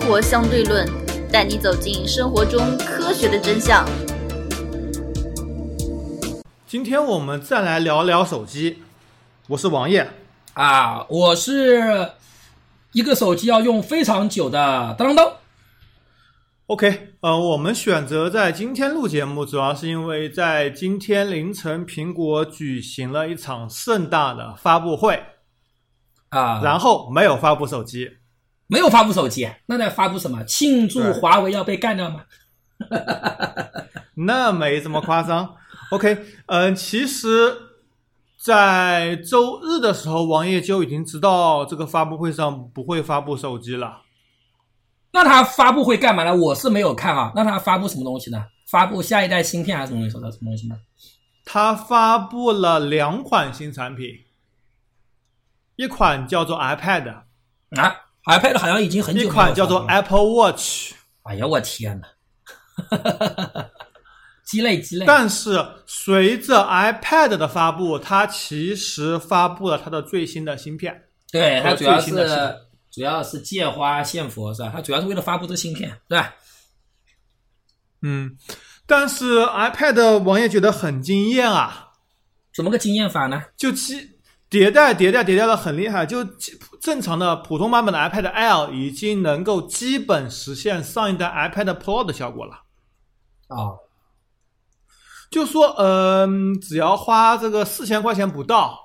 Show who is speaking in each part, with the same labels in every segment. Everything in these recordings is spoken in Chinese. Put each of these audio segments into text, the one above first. Speaker 1: 活相对论》，带你走进生活中科学的真相。
Speaker 2: 今天我们再来聊聊手机，我是王爷。
Speaker 3: 啊，我是一个手机要用非常久的当当当。
Speaker 2: OK，呃，我们选择在今天录节目，主要是因为在今天凌晨，苹果举行了一场盛大的发布会，
Speaker 3: 啊，
Speaker 2: 然后没有发布手机。
Speaker 3: 没有发布手机，啊那在发布什么？庆祝
Speaker 2: 对
Speaker 3: 华为要被干掉吗？
Speaker 2: 那没这么夸张。OK，嗯、其实，在周日的时候，王爷就已经知道这个发布会上不会发布手机了。
Speaker 3: 那他发布会干嘛呢？我是没有看啊。那他发布什么东西呢？发布下一代芯片还是什么东西？什么东西呢？
Speaker 2: 它发布了两款新产品，一款叫做 iPad，
Speaker 3: 啊，iPad 好像已经很久没
Speaker 2: 一
Speaker 3: 有
Speaker 2: 款叫做
Speaker 3: 发布了
Speaker 2: Apple Watch。
Speaker 3: 哎呀，我天哪！ 鸡肋鸡肋。
Speaker 2: 但是随着 iPad 的发布，它其实发布了它的最新的芯片。
Speaker 3: 对，它
Speaker 2: 和
Speaker 3: 主要
Speaker 2: 最
Speaker 3: 是
Speaker 2: 新的系统
Speaker 3: 主要是借花献佛是吧？它主要是为了发布这芯片，对吧？
Speaker 2: 嗯，但是 iPad 王爷觉得很惊艳啊，
Speaker 3: 怎么个经验法呢？
Speaker 2: 就其迭代迭代迭代的很厉害，就基正常的普通版本的 iPad Air 已经能够基本实现上一代 iPad Pro 的效果了。
Speaker 3: 哦，
Speaker 2: 就说，嗯、只要花这个四千块钱不到，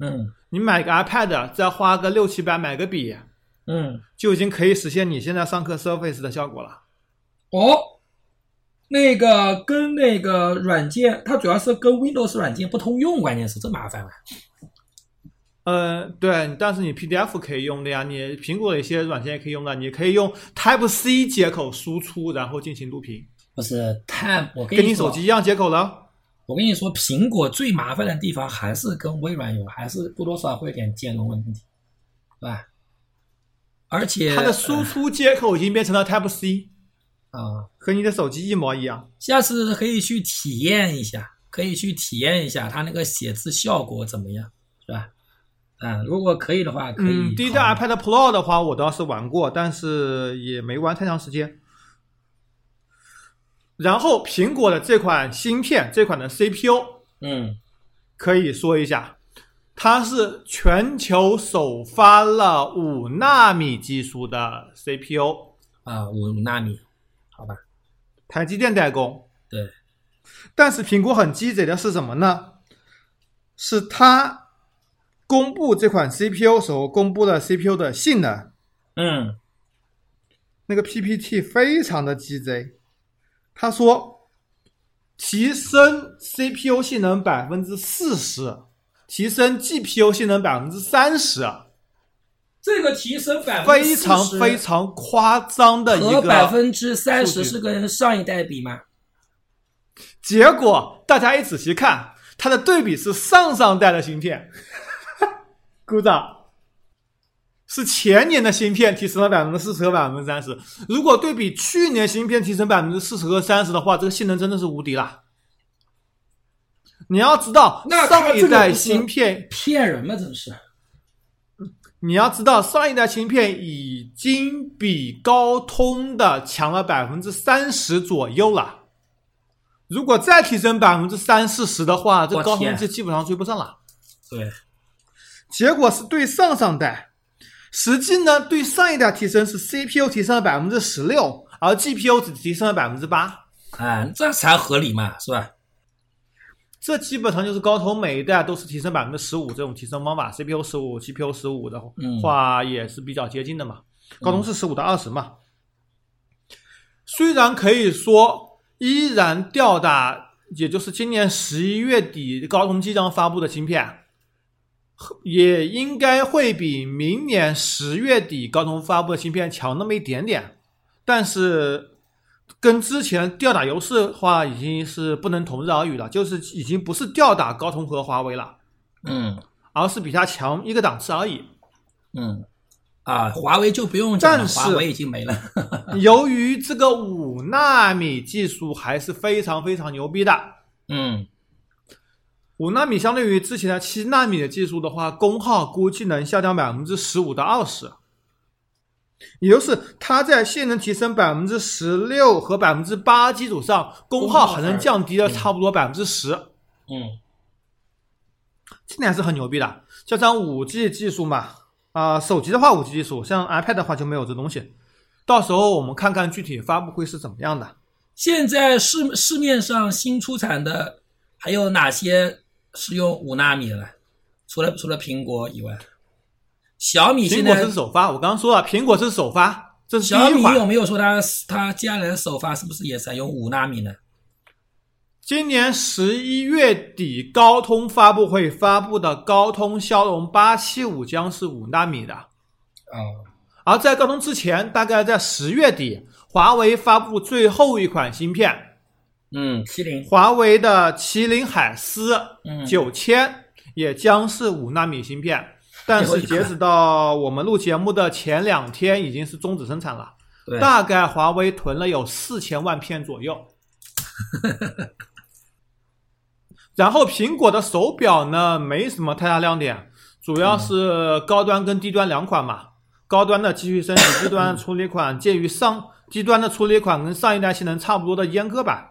Speaker 3: 嗯
Speaker 2: 你买个 iPad，再花个六七百买个笔，
Speaker 3: 嗯，
Speaker 2: 就已经可以实现你现在上课 Surface 的效果了。
Speaker 3: 哦，那个跟那个软件，它主要是跟 Windows 软件不通用，关键是这麻烦啊了。
Speaker 2: 呃，对，但是你 PDF 可以用的呀，你苹果的一些软件也可以用的，你可以用 Type C 接口输出，然后进行录屏，
Speaker 3: 不是探，我跟
Speaker 2: 跟
Speaker 3: 你
Speaker 2: 你
Speaker 3: 说
Speaker 2: 手机一样接口了。
Speaker 3: 我跟你说，苹果最麻烦的地方还是跟微软有，还是多多少少会有点兼容问题，对吧？而且
Speaker 2: 它的输出接口已经变成了 Type C，
Speaker 3: 啊、
Speaker 2: 和你的手机一模一样。
Speaker 3: 下次可以去体验一下，可以去体验一下它那个写字效果怎么样，是吧？啊、如果可以的话，可以考虑。
Speaker 2: 嗯，第一代 iPad Pro 的话，我倒是玩过，但是也没玩太长时间。然后苹果的这款芯片，这款的 CPU
Speaker 3: 嗯，
Speaker 2: 可以说一下，它是全球首发了五纳米技术的 CPU，
Speaker 3: 啊，五纳米，好吧，
Speaker 2: 台积电代工。
Speaker 3: 对，
Speaker 2: 但是苹果很鸡贼的是什么呢？是它公布这款 CPU 时候公布了 CPU 的性能，
Speaker 3: 嗯，
Speaker 2: 那个 PPT 非常的鸡贼，他说提升 CPU 性能百分之四十，提升 GPU 性能百分之三十，啊
Speaker 3: 这个提升百分
Speaker 2: 非常非常夸张的一
Speaker 3: 和百
Speaker 2: 个。
Speaker 3: 分之三
Speaker 2: 数据
Speaker 3: 十是跟上一代比吗？
Speaker 2: 结果大家一仔细看，它的对比是上上代的芯片， 鼓掌。是前年的芯片提升了百分之四十和百分之三十，如果对比去年芯片提升百分之四十和三十的话，这个性能真的是无敌啦。你要知道
Speaker 3: 那，它
Speaker 2: 上一
Speaker 3: 这个
Speaker 2: 代
Speaker 3: 不是
Speaker 2: 芯片，
Speaker 3: 骗人嘛，真是。
Speaker 2: 你要知道上一代芯片已经比高通的强了百分之三十左右了。如果再提升百分之三四十的话，这
Speaker 3: 我
Speaker 2: 高通
Speaker 3: 天
Speaker 2: 就基本上追不上了。
Speaker 3: 对，
Speaker 2: 结果是对上上代，实际呢对上一代提升是 CPU 提升了百分之十六，而 GPU 只提升了百分之八。
Speaker 3: 啊，这才合理嘛，是吧？
Speaker 2: 这基本上就是高通每一代都是提升百分之十五这种提升方法，CPU 十五、GPU 十五的
Speaker 3: 嗯
Speaker 2: 话也是比较接近的嘛。高通是十五到二十嘛。虽然可以说依然吊打，也就是今年十一月底高通即将发布的芯片，也应该会比明年十月底高通发布的芯片强那么一点点，但是跟之前吊打优势的话已经是不能同日而语了，就是已经不是吊打高通和华为了，
Speaker 3: 嗯
Speaker 2: 而是比它强一个档次而 已。
Speaker 3: 嗯，啊，华为就不用讲了，
Speaker 2: 但是
Speaker 3: 华为已经没了。
Speaker 2: 由于这个五纳米技术还是非常非常牛逼的，
Speaker 3: 嗯，
Speaker 2: 五纳米相对于之前的七纳米的技术的话，功耗估计能下降百分之十五到二十。也就是它在性能提升百分之十六和百分之八基础上，功耗还嗯能降低了差不多百分之十，
Speaker 3: 嗯
Speaker 2: 这点是很牛逼的。加上五 G 技术嘛，啊、手机的话五 G 技术，像 iPad 的话就没有这东西。到时候我们看看具体发布会是怎么样的。
Speaker 3: 现在市市面上新出产的还有哪些是用五纳米的？除了除了苹果以外，小米
Speaker 2: 苹
Speaker 3: 现
Speaker 2: 果
Speaker 3: 在
Speaker 2: 是首发，我刚刚说了，苹果是首发，这是
Speaker 3: 小
Speaker 2: 第
Speaker 3: 米
Speaker 2: 一款。
Speaker 3: 有没有说它它接下来的首发是不是也采用五纳米呢？
Speaker 2: 今年十一月底，高通发布会发布的高通骁龙八七五将是五纳米的，
Speaker 3: 啊、
Speaker 2: 而在高通之前，大概在十月底，华为发布最后一款芯片，
Speaker 3: 嗯，麒麟，
Speaker 2: 华为的麒麟海思
Speaker 3: 嗯，
Speaker 2: 九千也将是五纳米芯片，但是截止到我们录节目的前两天，已经是终止生产了，
Speaker 3: 对，
Speaker 2: 大概华为囤了有四千万片左右。 然后苹果的手表呢，没什么太大亮点，主要是高端跟低端两款嘛。高端的继续升级，低端的处理款介于上低端的处理款跟上一代性能差不多的阉割版。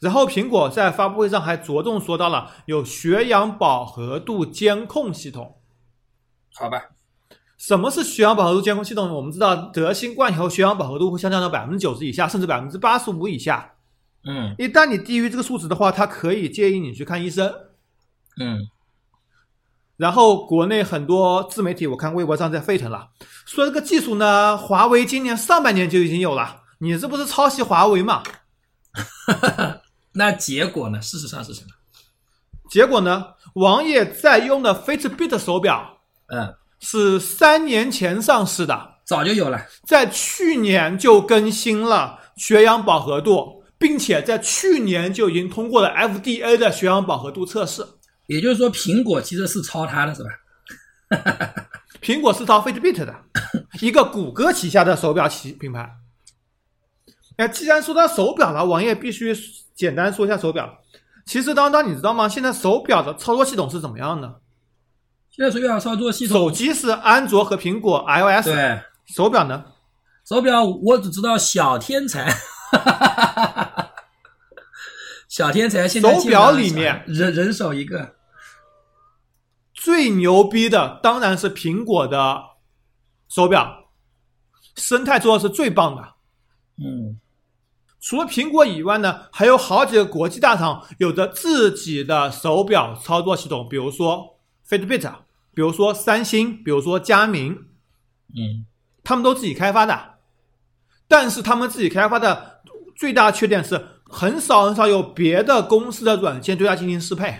Speaker 2: 然后苹果在发布会上还着重说到了有血氧饱和度监控系统，
Speaker 3: 好吧，
Speaker 2: 什么是血氧饱和度监控系统呢？我们知道得新冠以后，血氧饱和度会下降到百分之九十以下，甚至百分之八十五以下。
Speaker 3: 嗯
Speaker 2: 一旦你低于这个数值的话，它可以建议你去看医生。
Speaker 3: 嗯，
Speaker 2: 然后国内很多自媒体，我看微博上在沸腾了，说这个技术呢，华为今年上半年就已经有了，你这不是抄袭华为嘛？
Speaker 3: 那结果呢？事实上是什么？
Speaker 2: 结果呢，王爷在用的 Fitbit 手表
Speaker 3: 嗯，
Speaker 2: 是三年前上市的，
Speaker 3: 早就有了，
Speaker 2: 在去年就更新了血氧饱和度，并且在去年就已经通过了 FDA 的血氧饱和度测试。
Speaker 3: 也就是说苹果其实是抄它的，是吧？
Speaker 2: 苹果是套 Fitbit 的，一个谷歌旗下的手表企品牌。那既然说到手表了，王爷必须简单说一下手表。其实当当，你知道吗？现在手表的操作系统是怎么样的？
Speaker 3: 现在手表操作系统，
Speaker 2: 手机是安卓和苹果 iOS，
Speaker 3: 对，
Speaker 2: 手表呢？
Speaker 3: 手表我只知道小天才，小天才现在
Speaker 2: 手表里面
Speaker 3: 基本上人人手一个，
Speaker 2: 最牛逼的当然是苹果的手表，生态做的是最棒的。
Speaker 3: 嗯，
Speaker 2: 除了苹果以外呢，还有好几个国际大厂有着自己的手表操作系统，比如说 Fitbit，比如说三星，比如说佳明，
Speaker 3: 嗯，
Speaker 2: 他们都自己开发的。但是他们自己开发的最大缺点是，很少很少有别的公司的软件对它进行适配，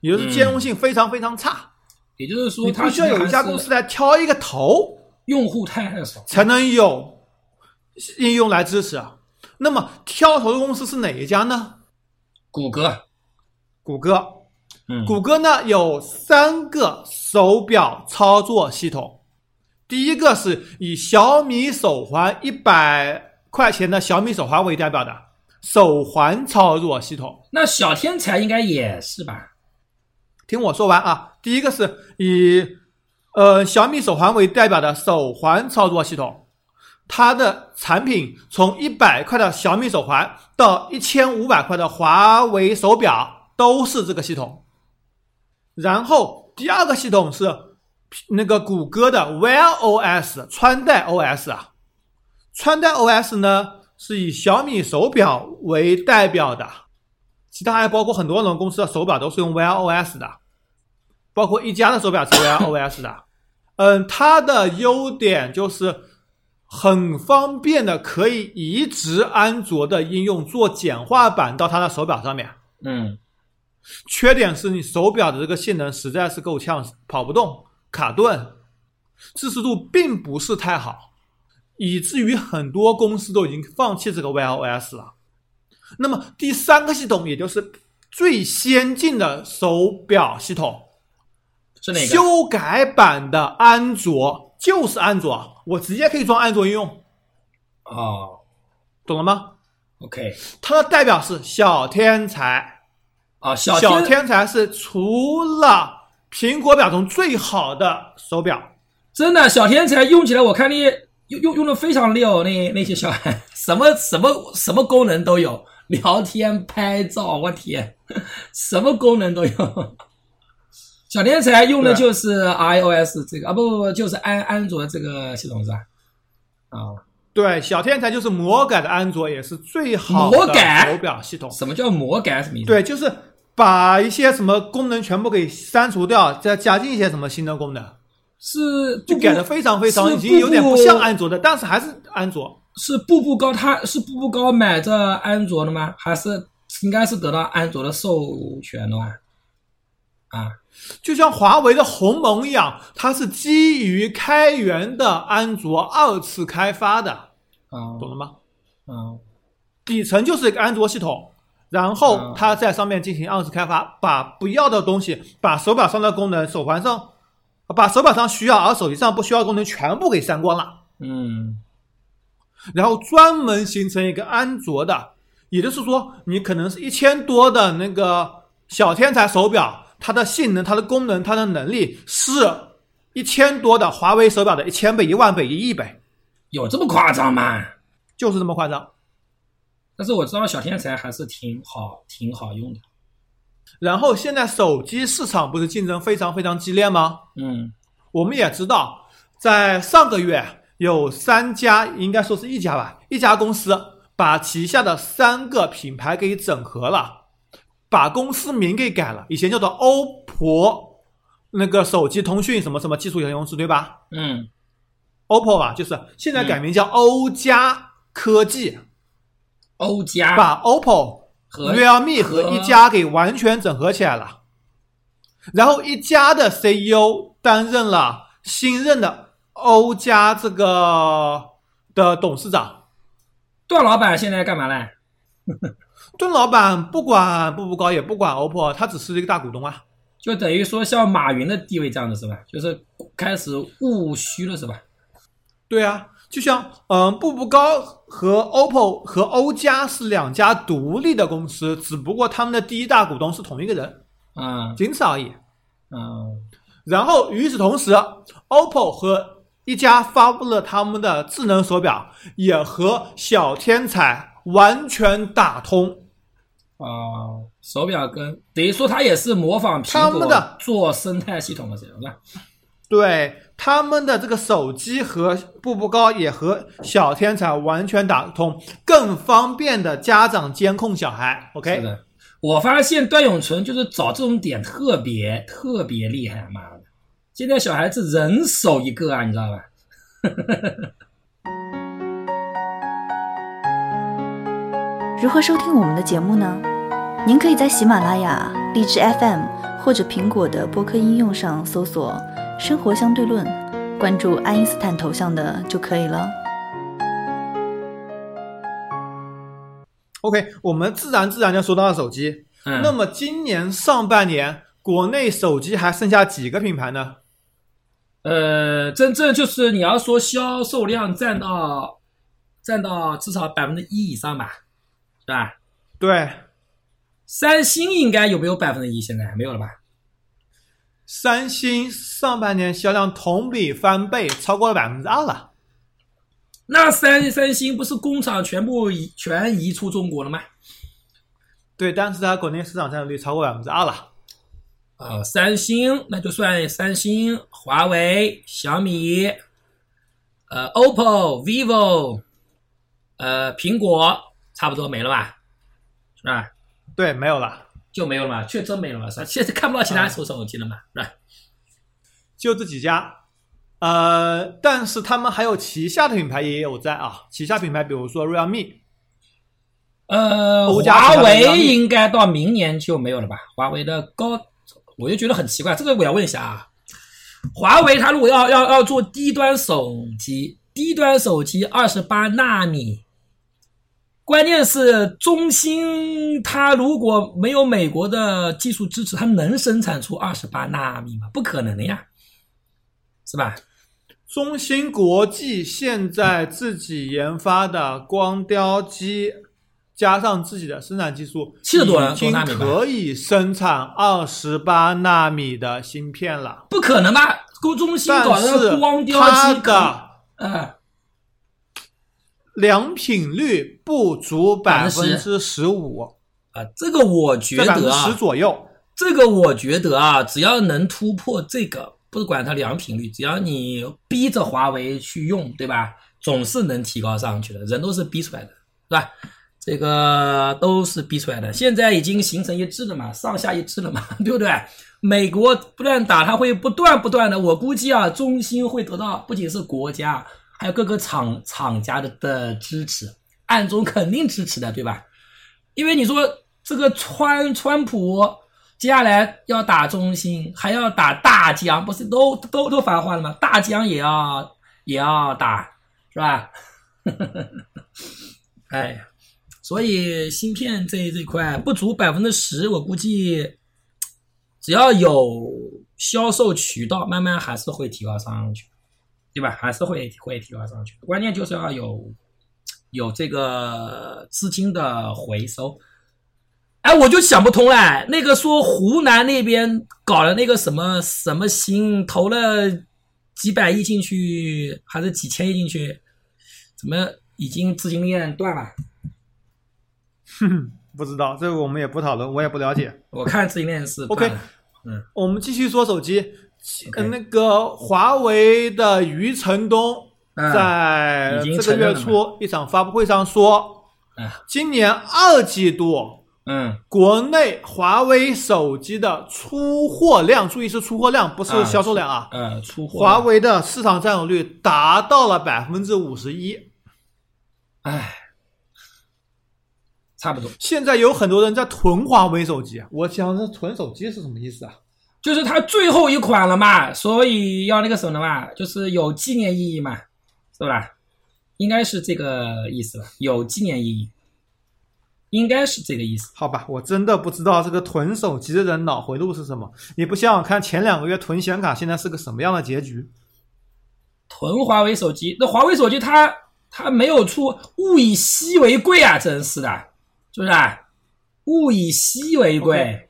Speaker 2: 也就是兼容性非常非常差。
Speaker 3: 也就是说
Speaker 2: 你
Speaker 3: 嗯它
Speaker 2: 必须要有一家公司来挑一个头，
Speaker 3: 用户太少，
Speaker 2: 才能有应用来支持啊。那么挑头的公司是哪一家呢？
Speaker 3: 谷歌，
Speaker 2: 谷歌。
Speaker 3: 嗯
Speaker 2: 谷歌呢有三个手表操作系统，第一个是以小米手环一百块钱的小米手环为代表的手环操作系统。
Speaker 3: 那小天才应该也是吧？
Speaker 2: 听我说完啊，第一个是以呃小米手环为代表的手环操作系统，它的产品从一百块的小米手环到一千五百块的华为手表都是这个系统。然后第二个系统是那个谷歌的 Wear OS 穿戴 OS 啊，穿戴 OS 呢是以小米手表为代表的。其他还包括很多种公司的手表都是用 Wear OS 的，包括一加的手表是 Wear OS 的。嗯，它的优点就是很方便的可以移植安卓的应用做简化版到它的手表上面。
Speaker 3: 嗯，
Speaker 2: 缺点是你手表的这个性能实在是够呛，跑不动、卡顿，支持度并不是太好，以至于很多公司都已经放弃这个 Wear OS 了。那么第三个系统，也就是最先进的手表系统，
Speaker 3: 是哪个？
Speaker 2: 修改版的安卓就是安卓，啊我直接可以装安卓应用，
Speaker 3: 哦
Speaker 2: 懂了吗？
Speaker 3: ，OK，
Speaker 2: 它的代表是小天才。
Speaker 3: 哦，小
Speaker 2: 小天才是除了苹果表中最好的手表，
Speaker 3: 真的小天才用起来，我看你用用用的非常溜，那那些小孩什么什么什么功能都有，聊天、拍照，我天，什么功能都有。小天才用
Speaker 2: 对
Speaker 3: 的
Speaker 2: 啊
Speaker 3: 就是 iOS 这个啊，不不不，就是安安卓这个系统是吧？啊，
Speaker 2: 对，小天才就是魔改的安卓，也是最好
Speaker 3: 魔
Speaker 2: 的
Speaker 3: 改
Speaker 2: 手表系统。
Speaker 3: 什么叫魔改？什么意思？
Speaker 2: 对，就是把一些什么功能全部给删除掉，再加进一些什么新的功能，
Speaker 3: 是步
Speaker 2: 就
Speaker 3: 步
Speaker 2: 改的非常非常，
Speaker 3: 是
Speaker 2: 已经有点
Speaker 3: 步
Speaker 2: 不
Speaker 3: 步
Speaker 2: 像安卓的，但是还是安卓。
Speaker 3: 是步步高，他是步步高买这安卓的吗？还是应该是得到安卓的授权的吧？啊，
Speaker 2: 就像华为的鸿蒙一样，它是基于开源的安卓二次开发的，
Speaker 3: 啊
Speaker 2: 懂了吗？
Speaker 3: 啊
Speaker 2: 底层就是一个安卓系统，然后
Speaker 3: 嗯
Speaker 2: 它在上面进行二次开发，把不要的东西，把手表上的功能、手环上，把手表上需要而手机上不需要的功能全部给删光了。
Speaker 3: 嗯
Speaker 2: 然后专门形成一个安卓的，也就是说，你可能是一千多的那个小天才手表，它的性能、它的功能、它的能力是一千多的华为手表的一千倍、一万倍、一亿倍，
Speaker 3: 有这么夸张吗？
Speaker 2: 就是这么夸张。
Speaker 3: 但是我知道小天才还是挺好，挺好用的。
Speaker 2: 然后现在手机市场不是竞争非常非常激烈吗？
Speaker 3: 嗯
Speaker 2: 我们也知道，在上个月有三家，应该说是一家吧，一家公司把旗下的三个品牌给整合了，把公司名给改了，以前叫做欧珀那个手机通讯什么什么技术有限公司，对吧
Speaker 3: 嗯
Speaker 2: ？OPPO 吧，就是现在改名叫欧嘉科技，
Speaker 3: 欧加
Speaker 2: 把 OPPO
Speaker 3: 和
Speaker 2: realme
Speaker 3: 和
Speaker 2: 和一加给完全整合起来了，然后一加的 CEO 担任了新任的欧家这个的董事长。
Speaker 3: 段老板现在干嘛嘞？
Speaker 2: 段老板不管步步高，也不管 OPPO，他只是一个大股东啊。
Speaker 3: 就等于说像马云的地位这样子是吧？就是开始务虚了是吧？
Speaker 2: 对啊，就像嗯，步步高和 OPPO 和欧家是两家独立的公司，只不过他们的第一大股东是同一个人，
Speaker 3: 啊、嗯、
Speaker 2: 仅此而已。
Speaker 3: 啊、
Speaker 2: 然后与此同时，OPPO 和一加发布了他们的智能手表，也和小天才完全打通。
Speaker 3: 哦，手表跟等于说它也是模仿
Speaker 2: 他
Speaker 3: 苹
Speaker 2: 们
Speaker 3: 果
Speaker 2: 的
Speaker 3: 做生态系统的这种是吧？
Speaker 2: 对他们的这个手机和步步高也和小天才完全打通，更方便的家长监控小孩。
Speaker 3: 是
Speaker 2: OK，
Speaker 3: 的，我发现段永存就是找这种点特别特别厉害，妈的！现在小孩子人手一个啊，你知道吧？
Speaker 4: 如何收听我们的节目呢？您可以在喜马拉雅、荔枝 FM 或者苹果的播客应用上搜索“生活相对论”，关注爱因斯坦头像的就可以了。
Speaker 2: OK，我们自然自然就说到了手机。
Speaker 3: 嗯，
Speaker 2: 那么今年上半年国内手机还剩下几个品牌呢？
Speaker 3: 呃，真正就是你要说销售量占到占到至少百分之一以上吧，是吧？
Speaker 2: 对，
Speaker 3: 三星应该有没有百分之一？现在没有了吧？
Speaker 2: 三星上半年销量同比翻倍，超过了百分之二了。
Speaker 3: 那三三星不是工厂全部移全移出中国了吗？
Speaker 2: 对，但是它国内市场占有率超过百分之二了。
Speaker 3: 呃，三星，那就算三星、华为、小米，呃，OPPO、vivo，呃，苹果，差不多没了吧？是吧？
Speaker 2: 对，没有了，
Speaker 3: 就没有了嘛，确真没了嘛，是吧？现在看不到其
Speaker 2: 啊
Speaker 3: 他手手机了嘛，是吧？
Speaker 2: 就这几家。呃，但是他们还有旗下的品牌也有在啊，旗下品牌比如说 realme，
Speaker 3: 呃，
Speaker 2: 欧家
Speaker 3: 华
Speaker 2: 其他的商
Speaker 3: 为
Speaker 2: 品
Speaker 3: 应该到明年就没有了吧？华为的高，我就觉得很奇怪，这个我要问一下啊。华为它如果要要要做低端手机，低端手机二十八纳米，关键是中兴它如果没有美国的技术支持，它能生产出二十八纳米吗？不可能的呀，是吧？
Speaker 2: 中芯国际现在自己研发的光雕机，加上自己的生产技术，
Speaker 3: 70多
Speaker 2: 已经
Speaker 3: 纳米吧
Speaker 2: 可以生产二十八纳米的芯片了。
Speaker 3: 不可能吧？中中兴
Speaker 2: 但
Speaker 3: 搞
Speaker 2: 是
Speaker 3: 的光雕
Speaker 2: 它
Speaker 3: 机，
Speaker 2: 的
Speaker 3: 呃，
Speaker 2: 良品率不足百分之十五，
Speaker 3: 啊，这个我觉
Speaker 2: 在百分
Speaker 3: 得
Speaker 2: 之十
Speaker 3: 啊，
Speaker 2: 左右。
Speaker 3: 这个我觉得啊，只要能突破这个，不管它良品率，只要你逼着华为去用，对吧？总是能提高上去的，人都是逼出来的，是吧？这个都是逼出来的，现在已经形成一致了嘛，上下一致了嘛， 对不对？美国不断打，它会不断不断的，我估计啊，中兴会得到不仅是国家，还有各个厂厂家的的支持，暗中肯定支持的，对吧？因为你说这个川川普接下来要打中兴，还要打大疆，不是都都都繁化了吗？大疆也要也要打，是吧？ 哎呀，所以芯片这这块不足百分之十，我估计只要有销售渠道，慢慢还是会提高上去，对吧？还是会会提高上去。关键就是要有有这个资金的回收。哎，我就想不通哎，那个说湖南那边搞了那个什么什么新，投了几百亿进去，还是几千亿进去，怎么已经资金链断了？
Speaker 2: 不知道这个我们也不讨论，我也不了解。
Speaker 3: 我看资金链是
Speaker 2: OK
Speaker 3: 断了。
Speaker 2: 我们继续说手机，呃
Speaker 3: OK
Speaker 2: 那个华为的余承东
Speaker 3: 嗯
Speaker 2: 在
Speaker 3: 已经
Speaker 2: 这个
Speaker 3: 承认
Speaker 2: 月
Speaker 3: 了
Speaker 2: 初一场发布会上说
Speaker 3: 嗯，
Speaker 2: 今年二季度
Speaker 3: 嗯，
Speaker 2: 国内华为手机的出货量，注意是出货量，不是
Speaker 3: 啊
Speaker 2: 销售量啊。
Speaker 3: 呃，出货。
Speaker 2: 华，为的市场占有率达到了百分之五十一。
Speaker 3: 哎，差不多，
Speaker 2: 现在有很多人在囤华为手机，啊我想这囤手机是什么意思啊？
Speaker 3: 就是它最后一款了嘛，所以要那个什么了嘛，就是有纪念意义嘛，是吧？应该是这个意思吧，有纪念意义，应该是这个意思。
Speaker 2: 好吧，我真的不知道这个囤手机的人脑回路是什么。你不想想看，前两个月囤显卡，现在是个什么样的结局？
Speaker 3: 囤华为手机，那华为手机它它没有出物以稀为贵啊，真是的，是不是、啊？物以稀为贵
Speaker 2: OK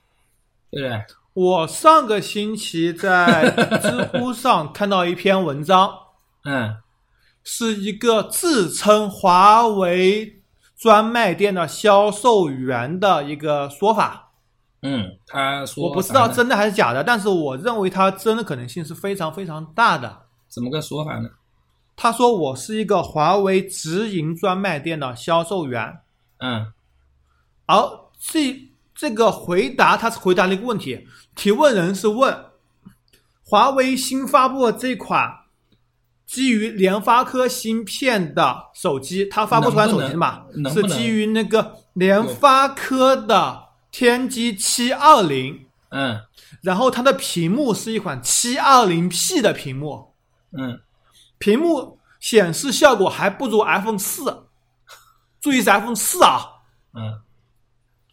Speaker 3: 对不对？
Speaker 2: 我上个星期在知乎上看到一篇文章，
Speaker 3: 嗯
Speaker 2: 是一个自称华为专卖店的销售员的一个说法。
Speaker 3: 嗯，他说
Speaker 2: 我不知道
Speaker 3: 啥呢
Speaker 2: 真的还是假的，但是我认为它真的可能性是非常非常大的。
Speaker 3: 怎么个说法呢？
Speaker 2: 他说我是一个华为直营专卖店的销售员，
Speaker 3: 嗯
Speaker 2: 而这这个回答他是回答了一个问题，提问人是问华为新发布的这款基于联发科芯片的手机，它发布出来手机嘛，
Speaker 3: 能不
Speaker 2: 是
Speaker 3: 能
Speaker 2: 基于那个联发科的天玑七二零，
Speaker 3: 嗯
Speaker 2: 然后它的屏幕是一款七二零 P 的屏幕，
Speaker 3: 嗯
Speaker 2: 屏幕显示效果还不如 iPhone 四，注意是 iPhone 四啊，
Speaker 3: 嗯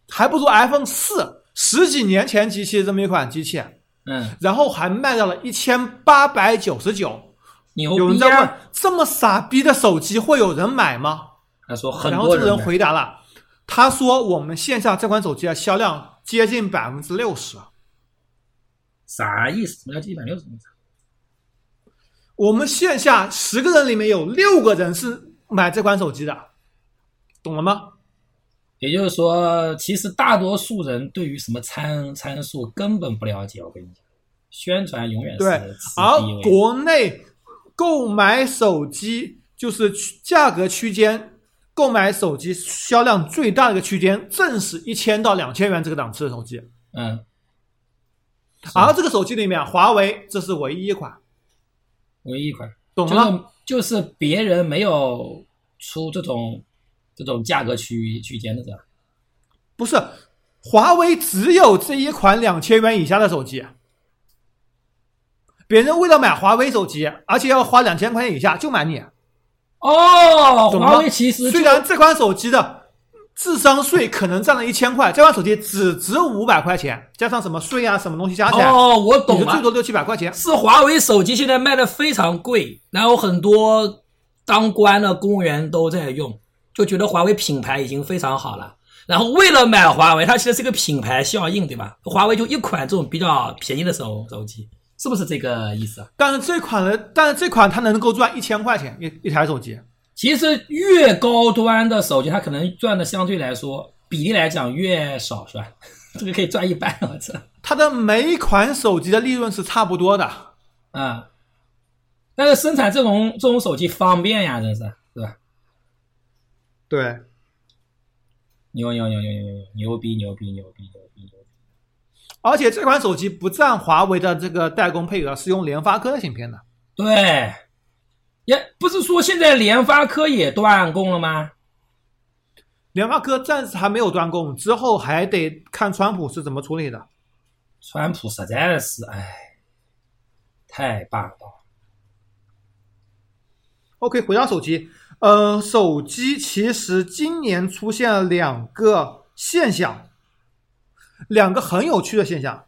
Speaker 2: 还不如 iPhone 四十几年前机器这么一款机器，
Speaker 3: 嗯，
Speaker 2: 然后还卖到了一千八百九十九。
Speaker 3: 牛
Speaker 2: 有人
Speaker 3: 逼
Speaker 2: 在问
Speaker 3: 啊！，
Speaker 2: 这么傻逼的手机会有人买吗？
Speaker 3: 他说很
Speaker 2: 然后
Speaker 3: 多
Speaker 2: 这个人
Speaker 3: 买
Speaker 2: 回答了，他说我们线下这款手机的销量接近百分之六十，
Speaker 3: 啥意思？什么叫一百六十米？
Speaker 2: 我们线下十个人里面有六个人是买这款手机的，懂了吗？
Speaker 3: 也就是说，其实大多数人对于什么参参数根本不了解。我跟你讲，宣传永远是
Speaker 2: 对
Speaker 3: 次
Speaker 2: 而
Speaker 3: 第位
Speaker 2: 国内购买手机就是区价格区间，购买手机销量最大的一个区间，正是一千到两千元这个档次的手机。
Speaker 3: 嗯，
Speaker 2: 而这个手机里面，华为这是唯一一款，
Speaker 3: 唯一一款，
Speaker 2: 懂
Speaker 3: 就
Speaker 2: 了吗？
Speaker 3: 是就是别人没有出这种这种价格区区间的这样，
Speaker 2: 不是，华为只有这一款两千元以下的手机。别人为了买华为手机，而且要花两千块钱以下，就买你。
Speaker 3: 哦，
Speaker 2: 懂吗
Speaker 3: 华为其实就
Speaker 2: 虽然这款手机的智商税可能占了一千块，这款手机只值五百块钱，加上什么税啊、什么东西加起来，
Speaker 3: 哦，我
Speaker 2: 也
Speaker 3: 懂
Speaker 2: 就
Speaker 3: 了
Speaker 2: 最，多六七百块钱。
Speaker 3: 是华为手机现在卖的非常贵，然后很多当官的公务员都在用，就觉得华为品牌已经非常好了。然后为了买华为，它其实是个品牌效应，对吧？华为就一款这种比较便宜的手手机，是不是这个意思啊？
Speaker 2: 但是这款的，但是这款它能够赚一千块钱一一台手机，
Speaker 3: 其实越高端的手机，它可能赚的相对来说比例来讲越少赚， 这个可以赚一半，我操
Speaker 2: 它的每一款手机的利润是差不多的。
Speaker 3: 啊！但是生产这种这种手机方便呀，真是，对吧？
Speaker 2: 对，
Speaker 3: 牛牛牛牛牛牛牛逼牛逼牛逼牛逼牛逼！
Speaker 2: 而且这款手机不占华为的这个代工配额，是用联发科的芯片的。
Speaker 3: 对，也不是说现在联发科也断供了吗？
Speaker 2: 联发科暂时还没有断供，之后还得看川普是怎么处理的。
Speaker 3: 川普实在是，哎，太霸道了。
Speaker 2: OK，回到手机，呃，手机其实今年出现了两个现象，两个很有趣的现象。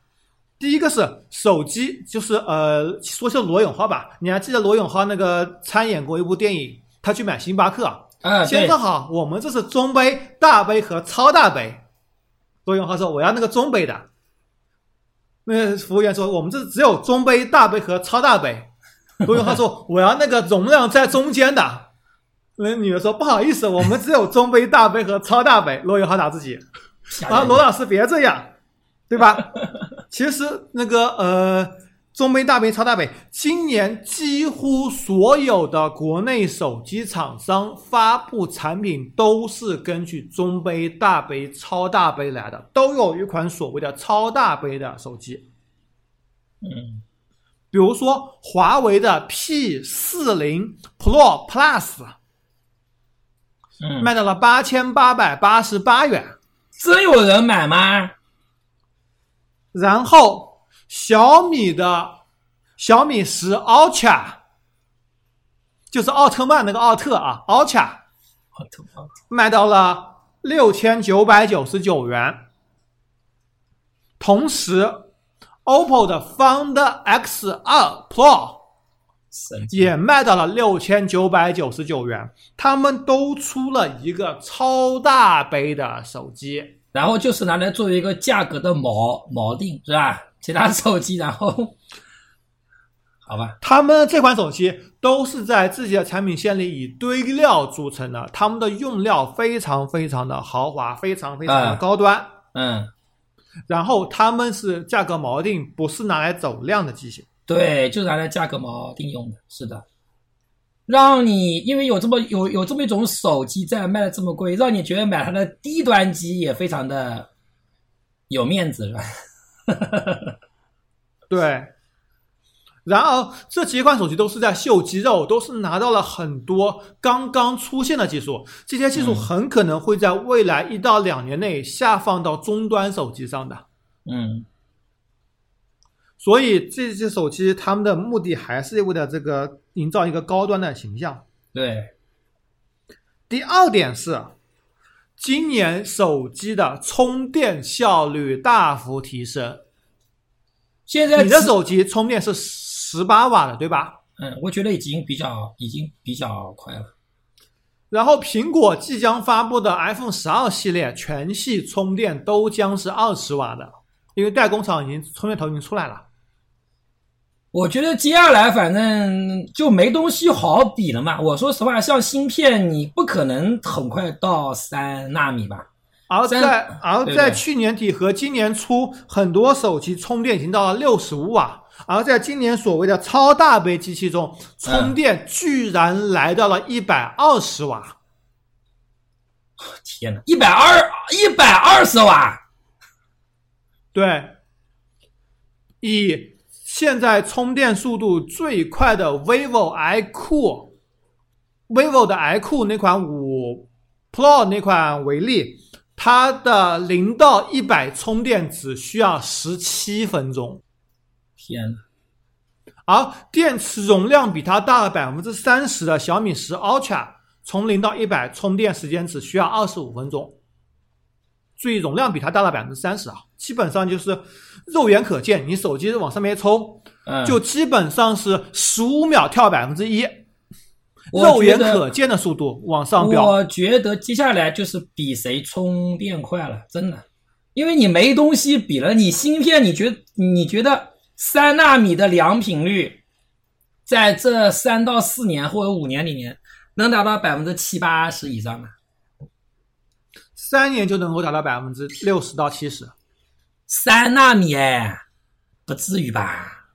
Speaker 2: 第一个是手机，就是呃，说是罗永浩吧，你还记得罗永浩那个参演过一部电影，他去买星巴克，
Speaker 3: 啊，
Speaker 2: 先
Speaker 3: 对
Speaker 2: 生好，我们这是中杯、大杯和超大杯。罗永浩说：“我要那个中杯的。”那服务员说：“我们这只有中杯、大杯和超大杯。”罗永浩说：“我要那个容量在中间的。”那女的说：“不好意思，我们只有中杯、大杯和超大杯。”罗永浩打自己。
Speaker 3: 吓人
Speaker 2: 啊，罗老师别这样，对吧？其实那个呃，中杯、大杯、超大杯，今年几乎所有的国内手机厂商发布产品都是根据中杯、大杯、超大杯来的，都有一款所谓的超大杯的手机。
Speaker 3: 嗯，
Speaker 2: 比如说华为的 P 四零 Pro Plus
Speaker 3: 嗯，
Speaker 2: 卖到了八千八百八十八元，
Speaker 3: 真有人买吗？
Speaker 2: 然后小米的小米十 Ultra，就是奥特曼那个奥特啊，Ultra
Speaker 3: 我他妈
Speaker 2: 卖到了六千九百九十九元。同时，OPPO 的 Find X 二 Pro
Speaker 3: 神经！
Speaker 2: 也卖到了六千九百九十九元，他们都出了一个超大杯的手机。
Speaker 3: 然后就是拿来作为一个价格的锚锚定，是吧？其他手机，然后， 好吧，
Speaker 2: 他们这款手机都是在自己的产品线里以堆料著称的，他们的用料非常非常的豪华，非常非常的高端。
Speaker 3: 嗯，
Speaker 2: 然后他们是价格锚定，不是拿来走量的机型。
Speaker 3: 对，就是拿来价格锚定用的，是的。让你因为有这么有有这么一种手机在卖的这么贵，让你觉得买它的低端机也非常的有面子，是吧？
Speaker 2: 对。然而，这几款手机都是在秀肌肉，都是拿到了很多刚刚出现的技术，这些技术
Speaker 3: 嗯
Speaker 2: 很可能会在未来一到两年内下放到终端手机上的。
Speaker 3: 嗯，
Speaker 2: 所以这些手机他们的目的还是为了这个营造一个高端的形象。
Speaker 3: 对，
Speaker 2: 第二点是，今年手机的充电效率大幅提升。
Speaker 3: 现在
Speaker 2: 你的
Speaker 3: 只
Speaker 2: 手机充电是十八瓦的，对吧？
Speaker 3: 嗯，我觉得已经比较已经比较快了。
Speaker 2: 然后苹果即将发布的 iPhone 十二系列全系充电都将是二十瓦的，因为代工厂已经充电头已经出来了。
Speaker 3: 我觉得接下来反正就没东西好比了嘛。我说实话，像芯片，你不可能很快到三纳米吧？
Speaker 2: 而
Speaker 3: 三
Speaker 2: 在而
Speaker 3: 对
Speaker 2: 在
Speaker 3: 对
Speaker 2: 去年底和今年初，很多手机充电已经到了六十五瓦，而在今年所谓的超大杯机器中，充电居然来到了一百二十瓦。
Speaker 3: 天哪，一百二一百二十瓦，
Speaker 2: 对，以现在充电速度最快的 vivo iQOO，vivo 的 iQOO 那款五 Pro 那款为例，它的零到一百充电只需要十七分钟。
Speaker 3: 天哪！
Speaker 2: 而电池容量比它大了百分之三十的小米十 Ultra，从零到一百充电时间只需要二十五分钟，所以容量比它大了百分之三十啊，基本上就是肉眼可见，你手机往上面一充，
Speaker 3: 嗯，
Speaker 2: 就基本上是十五秒跳百分之一，
Speaker 3: 我
Speaker 2: 肉眼
Speaker 3: 觉得
Speaker 2: 可见的速度往上飙。
Speaker 3: 我觉得接下来就是比谁充电快了，真的，因为你没东西比了。你芯片，你觉你觉得三纳米的良品率，在这三到四年或者五年里面，能达到百分之七八十以上吗？
Speaker 2: 三年就能够达到百分之六十到七十。
Speaker 3: 三纳米哎，不至于吧？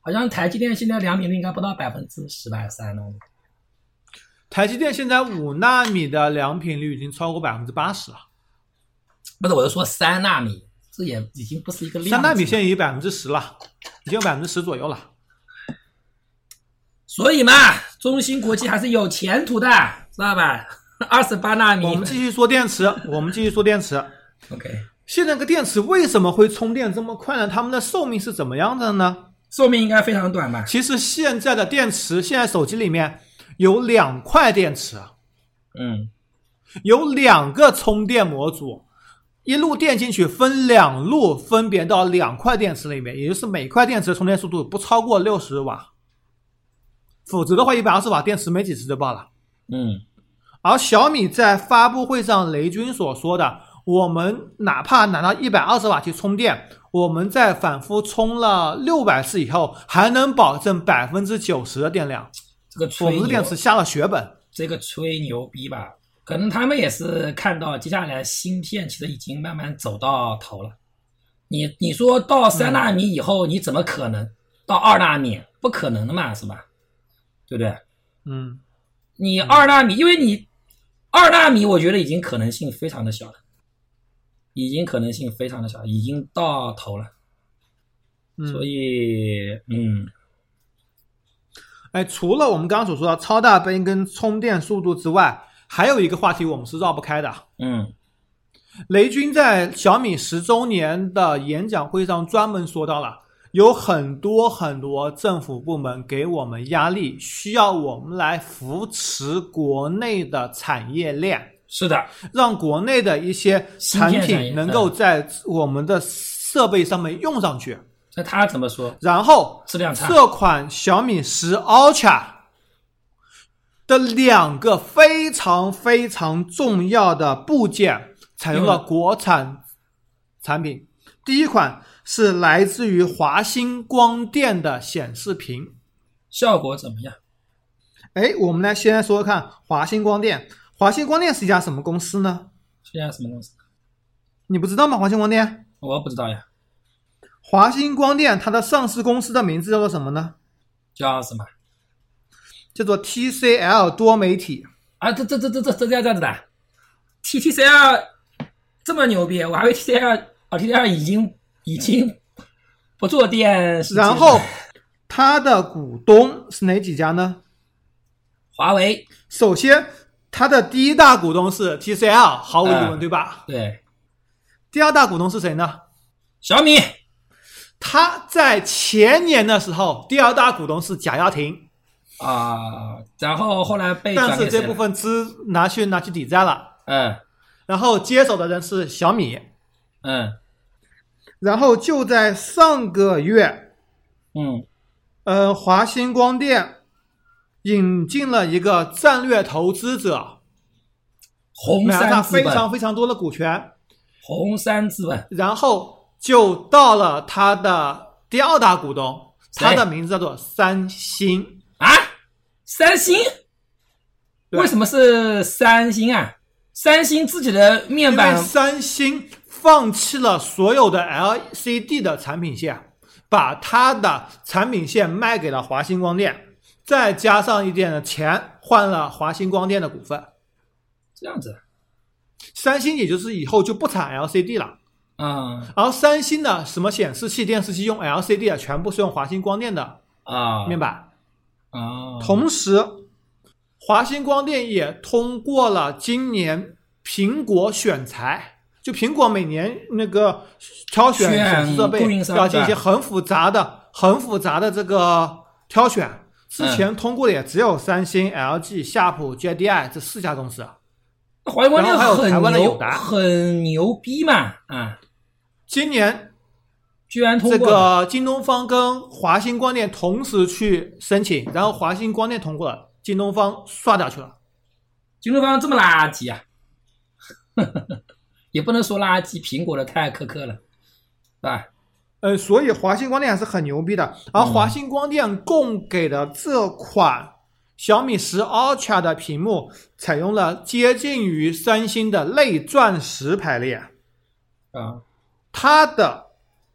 Speaker 3: 好像台积电现在良品率应该不到百分之十吧，三纳米。
Speaker 2: 台积电现在五纳米的良品率已经超过百分之八十了，
Speaker 3: 不是，我是说三纳米，这也已经不是一个量
Speaker 2: 三
Speaker 3: 级了。
Speaker 2: 纳米现在已经百分之十了，已经有百分之十左右了。
Speaker 3: 所以嘛，中芯国际还是有前途的，知道吧？二十八纳米。
Speaker 2: 我们继续说电池，我们继续说电池。
Speaker 3: OK，
Speaker 2: 现在个电池为什么会充电这么快呢？它们的寿命是怎么样的呢？
Speaker 3: 寿命应该非常短吧？
Speaker 2: 其实现在的电池，现在手机里面有两块电池，
Speaker 3: 嗯，
Speaker 2: 有两个充电模组，一路电进去分两路，分别到两块电池里面，也就是每块电池的充电速度不超过六十瓦，否则的话一百二十瓦电池没几次就爆了。
Speaker 3: 嗯，
Speaker 2: 而小米在发布会上，雷军所说的，我们哪怕拿到一百二十瓦去充电，我们在反复充了六百次以后，还能保证百分之九十的电量。
Speaker 3: 这个
Speaker 2: 我
Speaker 3: 吹
Speaker 2: 们
Speaker 3: 牛
Speaker 2: 的电池下了血本。
Speaker 3: 这个吹牛逼吧，可能他们也是看到接下来芯片其实已经慢慢走到头了。你你说到三纳米以后，你怎么可能到二纳米？不可能的嘛，是吧？对不对？
Speaker 2: 嗯，
Speaker 3: 你二纳米，因为你二纳米，我觉得已经可能性非常的小了，已经可能性非常的小，已经到头了。
Speaker 2: 嗯
Speaker 3: 所以，嗯，
Speaker 2: 哎，除了我们刚刚所说的超大杯跟充电速度之外，还有一个话题我们是绕不开的。
Speaker 3: 嗯，
Speaker 2: 雷军在小米十周年的演讲会上专门说到了，有很多很多政府部门给我们压力，需要我们来扶持国内的产业链，
Speaker 3: 是的，
Speaker 2: 让国内的一些产
Speaker 3: 芯片产业
Speaker 2: 品能够在我们的设备上面用上去。
Speaker 3: 那他怎么说？
Speaker 2: 然后，
Speaker 3: 质量差，
Speaker 2: 这款小米十 Ultra 的两个非常非常重要的部件采用了国产产品。第一款是来自于华星光电的显示屏。
Speaker 3: 效果怎么样？
Speaker 2: 哎，我们来先来说说看华星光电。华星光电是一家什么公司呢？
Speaker 3: 现在什么东西？
Speaker 2: 你不知道吗？华星光电，
Speaker 3: 我不知道呀，
Speaker 2: 华星光电它的上市公司的名字叫做什么呢？
Speaker 3: 叫什么？
Speaker 2: 叫做 TCL 多媒体。
Speaker 3: 啊，这这这这这这这样子的，T T C L 这么牛逼，我还以为 T C L 哦 T C L 已经已经不做电视机了，
Speaker 2: 然后它的股东是哪几家呢？
Speaker 3: 华为
Speaker 2: 首先，它的第一大股东是 TCL，毫无疑问，
Speaker 3: 嗯
Speaker 2: 对吧？
Speaker 3: 对
Speaker 2: 第二大股东是谁呢？
Speaker 3: 小米
Speaker 2: 他在前年的时候，第二大股东是贾跃亭，
Speaker 3: 啊、然后后来被
Speaker 2: 但
Speaker 3: 转
Speaker 2: 是
Speaker 3: 给
Speaker 2: 这
Speaker 3: 谁
Speaker 2: 部
Speaker 3: 了？
Speaker 2: 分资拿去拿去抵债了。
Speaker 3: 嗯
Speaker 2: 然后接手的人是小米。
Speaker 3: 嗯
Speaker 2: 然后就在上个月，
Speaker 3: 嗯，
Speaker 2: 呃，华星光电引进了一个战略投资者，
Speaker 3: 红
Speaker 2: 买了他
Speaker 3: 杉资
Speaker 2: 非
Speaker 3: 本，
Speaker 2: 常非常多的股权。
Speaker 3: 红杉资本
Speaker 2: 然后就到了他的第二大股东，
Speaker 3: 谁
Speaker 2: 他的名字叫做三星。
Speaker 3: 啊，三星
Speaker 2: 对
Speaker 3: 为什么是三星啊？三星自己的
Speaker 2: 因
Speaker 3: 面
Speaker 2: 为
Speaker 3: 板
Speaker 2: 三星放弃了所有的 LCD 的产品线，把它的产品线卖给了华星光电，再加上一点的钱换了华星光电的股份。
Speaker 3: 这样子，
Speaker 2: 三星也就是以后就不产 LCD 了，
Speaker 3: 嗯
Speaker 2: 而三星的什么显示器、电视机用 E LCD 的，啊全部是用华星光电的
Speaker 3: 啊
Speaker 2: 面板。
Speaker 3: 啊，
Speaker 2: 同时，华星光电也通过了今年苹果选材，就苹果每年那个挑选
Speaker 3: 选
Speaker 2: 显示设备
Speaker 3: 供应商
Speaker 2: 要进行
Speaker 3: 对
Speaker 2: 很复杂的、很复杂的这个挑选。
Speaker 3: 嗯
Speaker 2: 之前通过的也只有三星、LG、夏普、JDI 这四家公司。啊
Speaker 3: 华为光电
Speaker 2: 然后还有台
Speaker 3: 很
Speaker 2: 湾的
Speaker 3: 牛
Speaker 2: 友，达
Speaker 3: 很牛逼嘛啊！
Speaker 2: 今年
Speaker 3: 居然通
Speaker 2: 这
Speaker 3: 过了
Speaker 2: 个京东方跟华星光电同时去申请，然后华星光电通过了，京东方刷掉去了。
Speaker 3: 京东方这么垃圾啊， 也不能说垃圾，苹果的太苛刻了，是吧？
Speaker 2: 呃，所以华星光电还是很牛逼的。而华星光电供给的这款小米十 Ultra 的屏幕采用了接近于三星的类钻石排列，
Speaker 3: 啊，
Speaker 2: 它的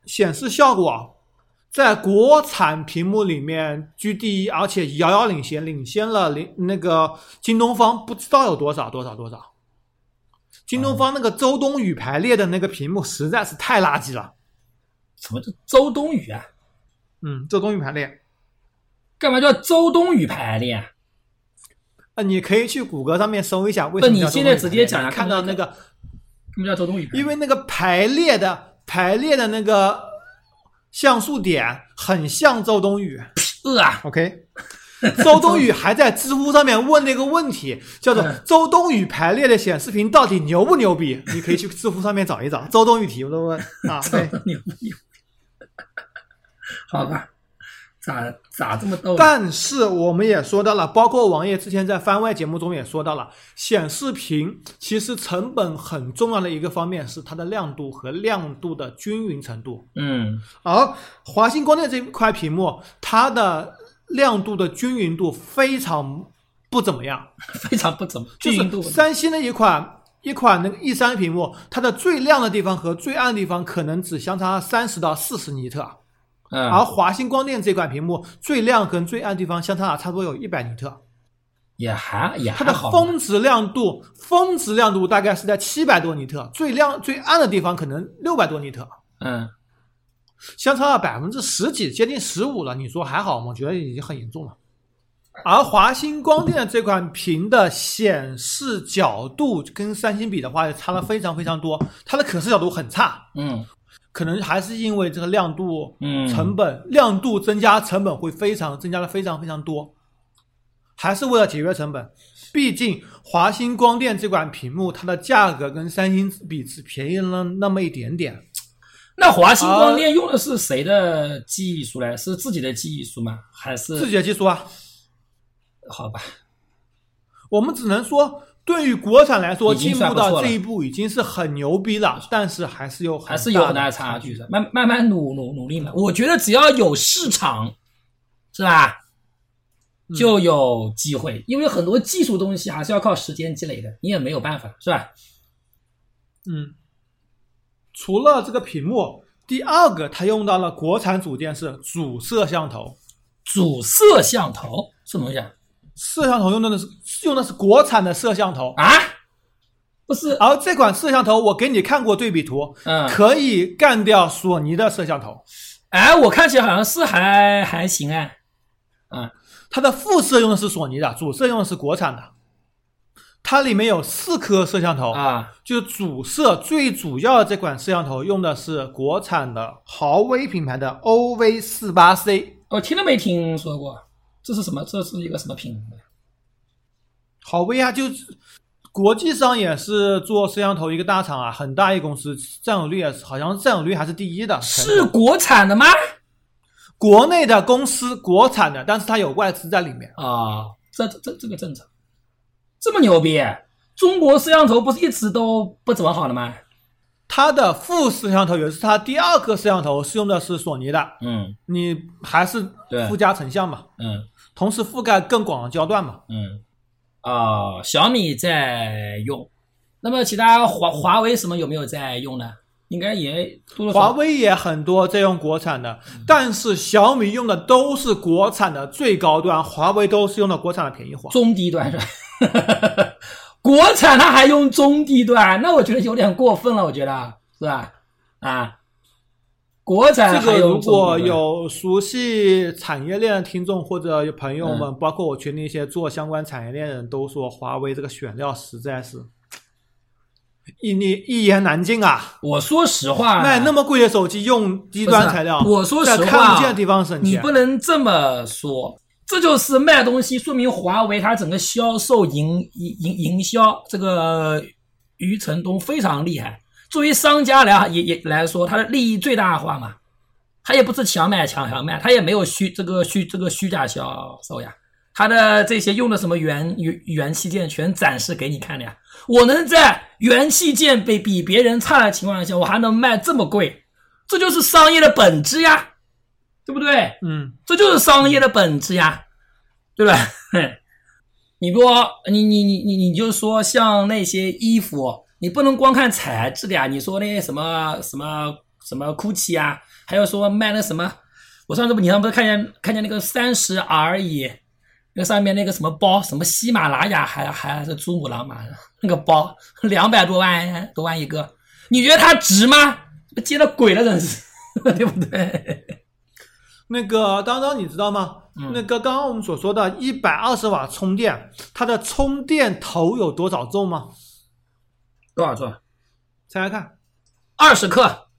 Speaker 2: 显示效果在国产屏幕里面居第一，而且遥遥领先，领先了领那个京东方不知道有多少多少多少。京东方那个周冬雨排列的那个屏幕实在是太垃圾了。
Speaker 3: 什么叫周冬雨啊？
Speaker 2: 嗯，周冬雨排列，
Speaker 3: 干嘛叫周冬雨排列啊？
Speaker 2: 啊，你可以去谷歌上面搜一下为什么
Speaker 3: 不
Speaker 2: 叫
Speaker 3: 你
Speaker 2: 周冬雨排列。
Speaker 3: 现在直接讲呀
Speaker 2: 看到那个，
Speaker 3: 什么叫周冬雨排列？
Speaker 2: 因为那个排列的排列的那个像素点很像周冬雨。
Speaker 3: 呃啊，
Speaker 2: OK，周冬雨还在知乎上面问那个问题，叫做
Speaker 3: 嗯
Speaker 2: 周冬雨排列的显示屏到底牛不牛逼？你可以去知乎上面找一找，周冬雨提问问 啊，对。
Speaker 3: 牛牛，好吧， 咋咋这么逗呢？
Speaker 2: 但是我们也说到了，包括王爷之前在番外节目中也说到了，显示屏其实成本很重要的一个方面是它的亮度和亮度的均匀程度。
Speaker 3: 嗯，
Speaker 2: 而华星光电这块屏幕，它的亮度的均匀度非常不怎么样，
Speaker 3: 非常不怎么
Speaker 2: 就
Speaker 3: 均匀
Speaker 2: 是
Speaker 3: 度。
Speaker 2: 三星的一款一款那个 E 3屏幕，它的最亮的地方和最暗的地方可能只相差三十到四十尼特。
Speaker 3: 嗯，
Speaker 2: 而华星光电这款屏幕最亮跟最暗地方相差差不多有一百尼特，
Speaker 3: 也还也
Speaker 2: 它
Speaker 3: 还
Speaker 2: 的
Speaker 3: 好吧。
Speaker 2: 峰值亮度峰值亮度大概是在七百多尼特，最亮最暗的地方可能六百多尼特，
Speaker 3: 嗯，
Speaker 2: 相差了百分之十几，接近十五了。你说还好吗？我觉得已经很严重了。而华星光电这款屏的显示角度跟三星比的话，差了非常非常多，它的可视角度很差，
Speaker 3: 嗯
Speaker 2: 可能还是因为这个亮度
Speaker 3: 嗯，
Speaker 2: 成本亮度增加，成本会非常增加的非常非常多，还是为了节约成本。毕竟华星光电这款屏幕，它的价格跟三星比只便宜了那么一点点。
Speaker 3: 那华星光电用的是谁的技术呢？是自己的技术吗？还是
Speaker 2: 自己的技术啊，
Speaker 3: 好吧？
Speaker 2: 我们只能说，对于国产来说，
Speaker 3: 已
Speaker 2: 进
Speaker 3: 经
Speaker 2: 步
Speaker 3: 算不错
Speaker 2: 到
Speaker 3: 了
Speaker 2: 这一步已经是很牛逼了，但是还是有很
Speaker 3: 还是有
Speaker 2: 大
Speaker 3: 很大的差距的，慢慢慢努努努力嘛。我觉得只要有市场，是吧，
Speaker 2: 嗯
Speaker 3: 就有机会，因为很多技术东西还是要靠时间积累的，你也没有办法，是吧？
Speaker 2: 嗯，除了这个屏幕，第二个它用到了国产组件是主摄像头。
Speaker 3: 主摄像头什么东西啊？
Speaker 2: 摄像头用的是用的是国产的摄像头，
Speaker 3: 啊不是，
Speaker 2: 而这款摄像头我给你看过对比图，
Speaker 3: 嗯，
Speaker 2: 可以干掉索尼的摄像头，
Speaker 3: 哎，我看起来好像是还还行哎，啊，
Speaker 2: 它的副摄用的是索尼的，主摄用的是国产的。它里面有四颗摄像头，
Speaker 3: 啊，
Speaker 2: 就是主摄最主要的这款摄像头用的是国产的豪威品牌的 OV 四八 C，
Speaker 3: 我听都没听说过，这是什么？这是一个什么品牌？
Speaker 2: 豪威啊，就是国际上也是做摄像头一个大厂啊，很大一公司，占有率也是好像占有率还是第一的，
Speaker 3: 是国产的吗？
Speaker 2: 国内的公司国产的，但是它有外资在里面。
Speaker 3: 啊，这这这个正常，这么牛逼？中国摄像头不是一直都不怎么好的吗？
Speaker 2: 它的副摄像头，也就是它第二颗摄像头是用的是索尼的，
Speaker 3: 嗯
Speaker 2: 你还是
Speaker 3: 对
Speaker 2: 附加成像嘛，
Speaker 3: 嗯
Speaker 2: 同时覆盖更广的焦段嘛。
Speaker 3: 嗯，啊、小米在用，那么其他华华为什么有没有在用呢？应该也多多少
Speaker 2: 华为也很多在用国产的，但是小米用的都是国产的最高端，华为都是用的国产的便宜货。
Speaker 3: 中低端是吧？ 国产它还用中低端，那我觉得有点过分了，我觉得是吧？啊，国产
Speaker 2: 这
Speaker 3: 哎还
Speaker 2: 个
Speaker 3: 用
Speaker 2: 如
Speaker 3: 中低端
Speaker 2: 果有熟悉产业链的听众或者有朋
Speaker 3: 嗯
Speaker 2: 友们，包括我群里一些做相关产业链的人都说，华为这个选料实在是一你一言难尽啊！
Speaker 3: 我说实话，
Speaker 2: 卖那么贵的手机用低端材料，
Speaker 3: 哎不是啊我说实话
Speaker 2: 在看不见的地方省
Speaker 3: 你
Speaker 2: 钱
Speaker 3: 不。能这么说，这就是卖东西，说明华为它整个销售营营营营销这个余承东非常厉害。作为商家来也也来说，他的利益最大化嘛，他也不是强买强强卖，他也没有虚这个虚这个虚假销售呀。他的这些用的什么元元元器件全展示给你看的呀。我能在元器件被比别人差的情况下，我还能卖这么贵，这就是商业的本质呀，对不对？
Speaker 2: 嗯，
Speaker 3: 这就是商业的本质呀，对吧？ 你不，你你你你你就说像那些衣服，你不能光看材质的呀。你说那些什么什么什么 GUCCI 啊，还有说卖那什么，我上次不你上不是看见看见那个三十而已，那上面那个什么包，什么喜马拉雅还还是珠穆朗玛那个包， 两百多万多万一个，你觉得它值吗？接了鬼了，真是， 对不对？
Speaker 2: 那个当当，你知道吗？
Speaker 3: 嗯
Speaker 2: 那个刚刚我们所说的一百二十瓦充电，它的充电头有多少重吗？
Speaker 3: 多少克？
Speaker 2: 猜猜看，
Speaker 3: 二十克，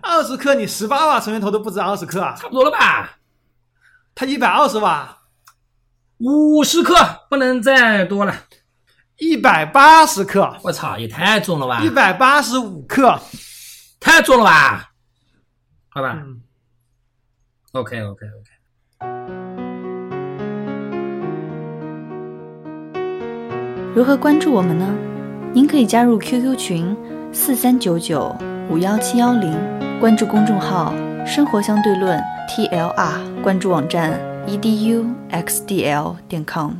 Speaker 2: 二十克，你十八瓦充电头都不止二十克啊，
Speaker 3: 差不多了吧？
Speaker 2: 它一百二十瓦，
Speaker 3: 五十克，不能再多了。
Speaker 2: 一百八十克，
Speaker 3: 我操，也太重了吧
Speaker 2: 一！百八十五克，
Speaker 3: 太重了吧？好吧、
Speaker 2: 嗯，
Speaker 3: o k OK OK。
Speaker 4: 如何关注我们呢？您可以加入 QQ 群四三九九五幺七幺零，关注公众号“生活 E 相对论 ”TLR，关注网站 eduxdl 点 com。